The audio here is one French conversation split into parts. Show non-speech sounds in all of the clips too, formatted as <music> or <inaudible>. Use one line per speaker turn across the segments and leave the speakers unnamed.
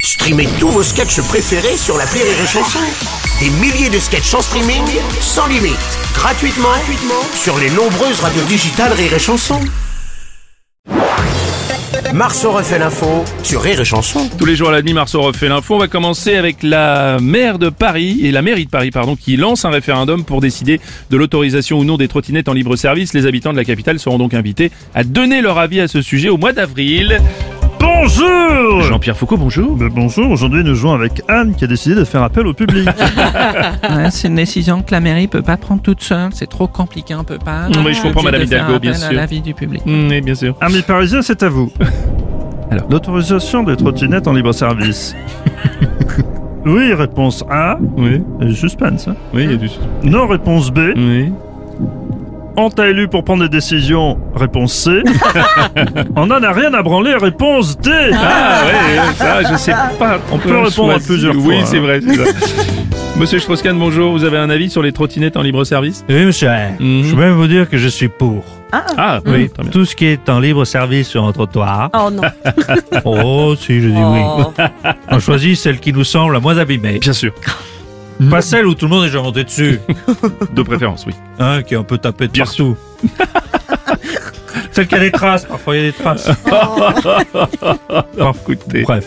Streamez tous vos sketchs préférés sur la Rire et Chanson. Des milliers de sketchs en streaming, sans limite, gratuitement, gratuitement sur les nombreuses radios digitales Rire et Chanson. Marceau refait l'info sur Rire et Chanson.
Tous les jours à la demi, Marceau refait l'info. On va commencer avec la maire de Paris et la mairie de Paris, pardon, qui lance un référendum pour décider de l'autorisation ou non des trottinettes en libre service. Les habitants de la capitale seront donc invités à donner leur avis à ce sujet au mois d'avril.
Bonjour
Jean-Pierre Foucault, bonjour.
Mais ben Bonjour, aujourd'hui nous jouons avec Anne qui a décidé de faire appel au public.
Ouais, c'est une décision que la mairie peut pas prendre toute seule. C'est trop compliqué, on peut pas.
Oui, je comprends,
Obligé
Madame
de faire
Hidalgo, bien
appel à
sûr.
L'avis du public.
Mm, oui, bien sûr.
Amis parisiens, c'est à vous.
Alors.
L'autorisation des trottinettes en libre service. oui, réponse A.
Oui,
euh, Suspense. hein.
oui, il y a du...
Non, réponse B.
Oui.
On t'a élu pour prendre des décisions. Réponse C. On n'en a rien à branler. Réponse D.
Ah ouais, ouais, ça, je sais pas. On
peut répondre à plusieurs
Oui,
fois,
c'est
hein.
vrai, c'est ça. <laughs> Monsieur Strauss-Kahn, bonjour. Vous avez un avis sur les trottinettes en libre service
Oui, monsieur. Hein?
Mhm.
Je peux même vous dire que je suis pour.
Ah, oui, très bien.
Tout ce qui est en libre service sur un trottoir.
Oh non.
<laughs> Oh, si, je dis oui.
Oh.
On choisit celle qui nous semble la moins abîmée.
Bien sûr,
Pas celle où tout le monde est déjà monté dessus.
de préférence, oui.
Hein, qui est un peu tapé de
Bien
partout. celle qui a des traces. Parfois, il y a des traces.
Oh, écoutez.
Bref.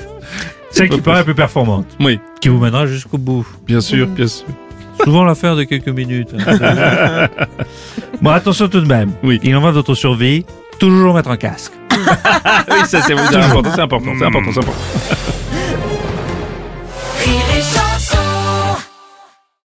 Celle
pas
qui paraît plus performante.
Oui,
Qui vous mènera jusqu'au bout.
bien sûr, bien sûr.
Souvent l'affaire de quelques minutes. hein. bon, attention tout de même.
Oui.
Il en va de votre survie. Toujours mettre un casque.
Oui, ça c'est important, c'est important, c'est important, c'est important.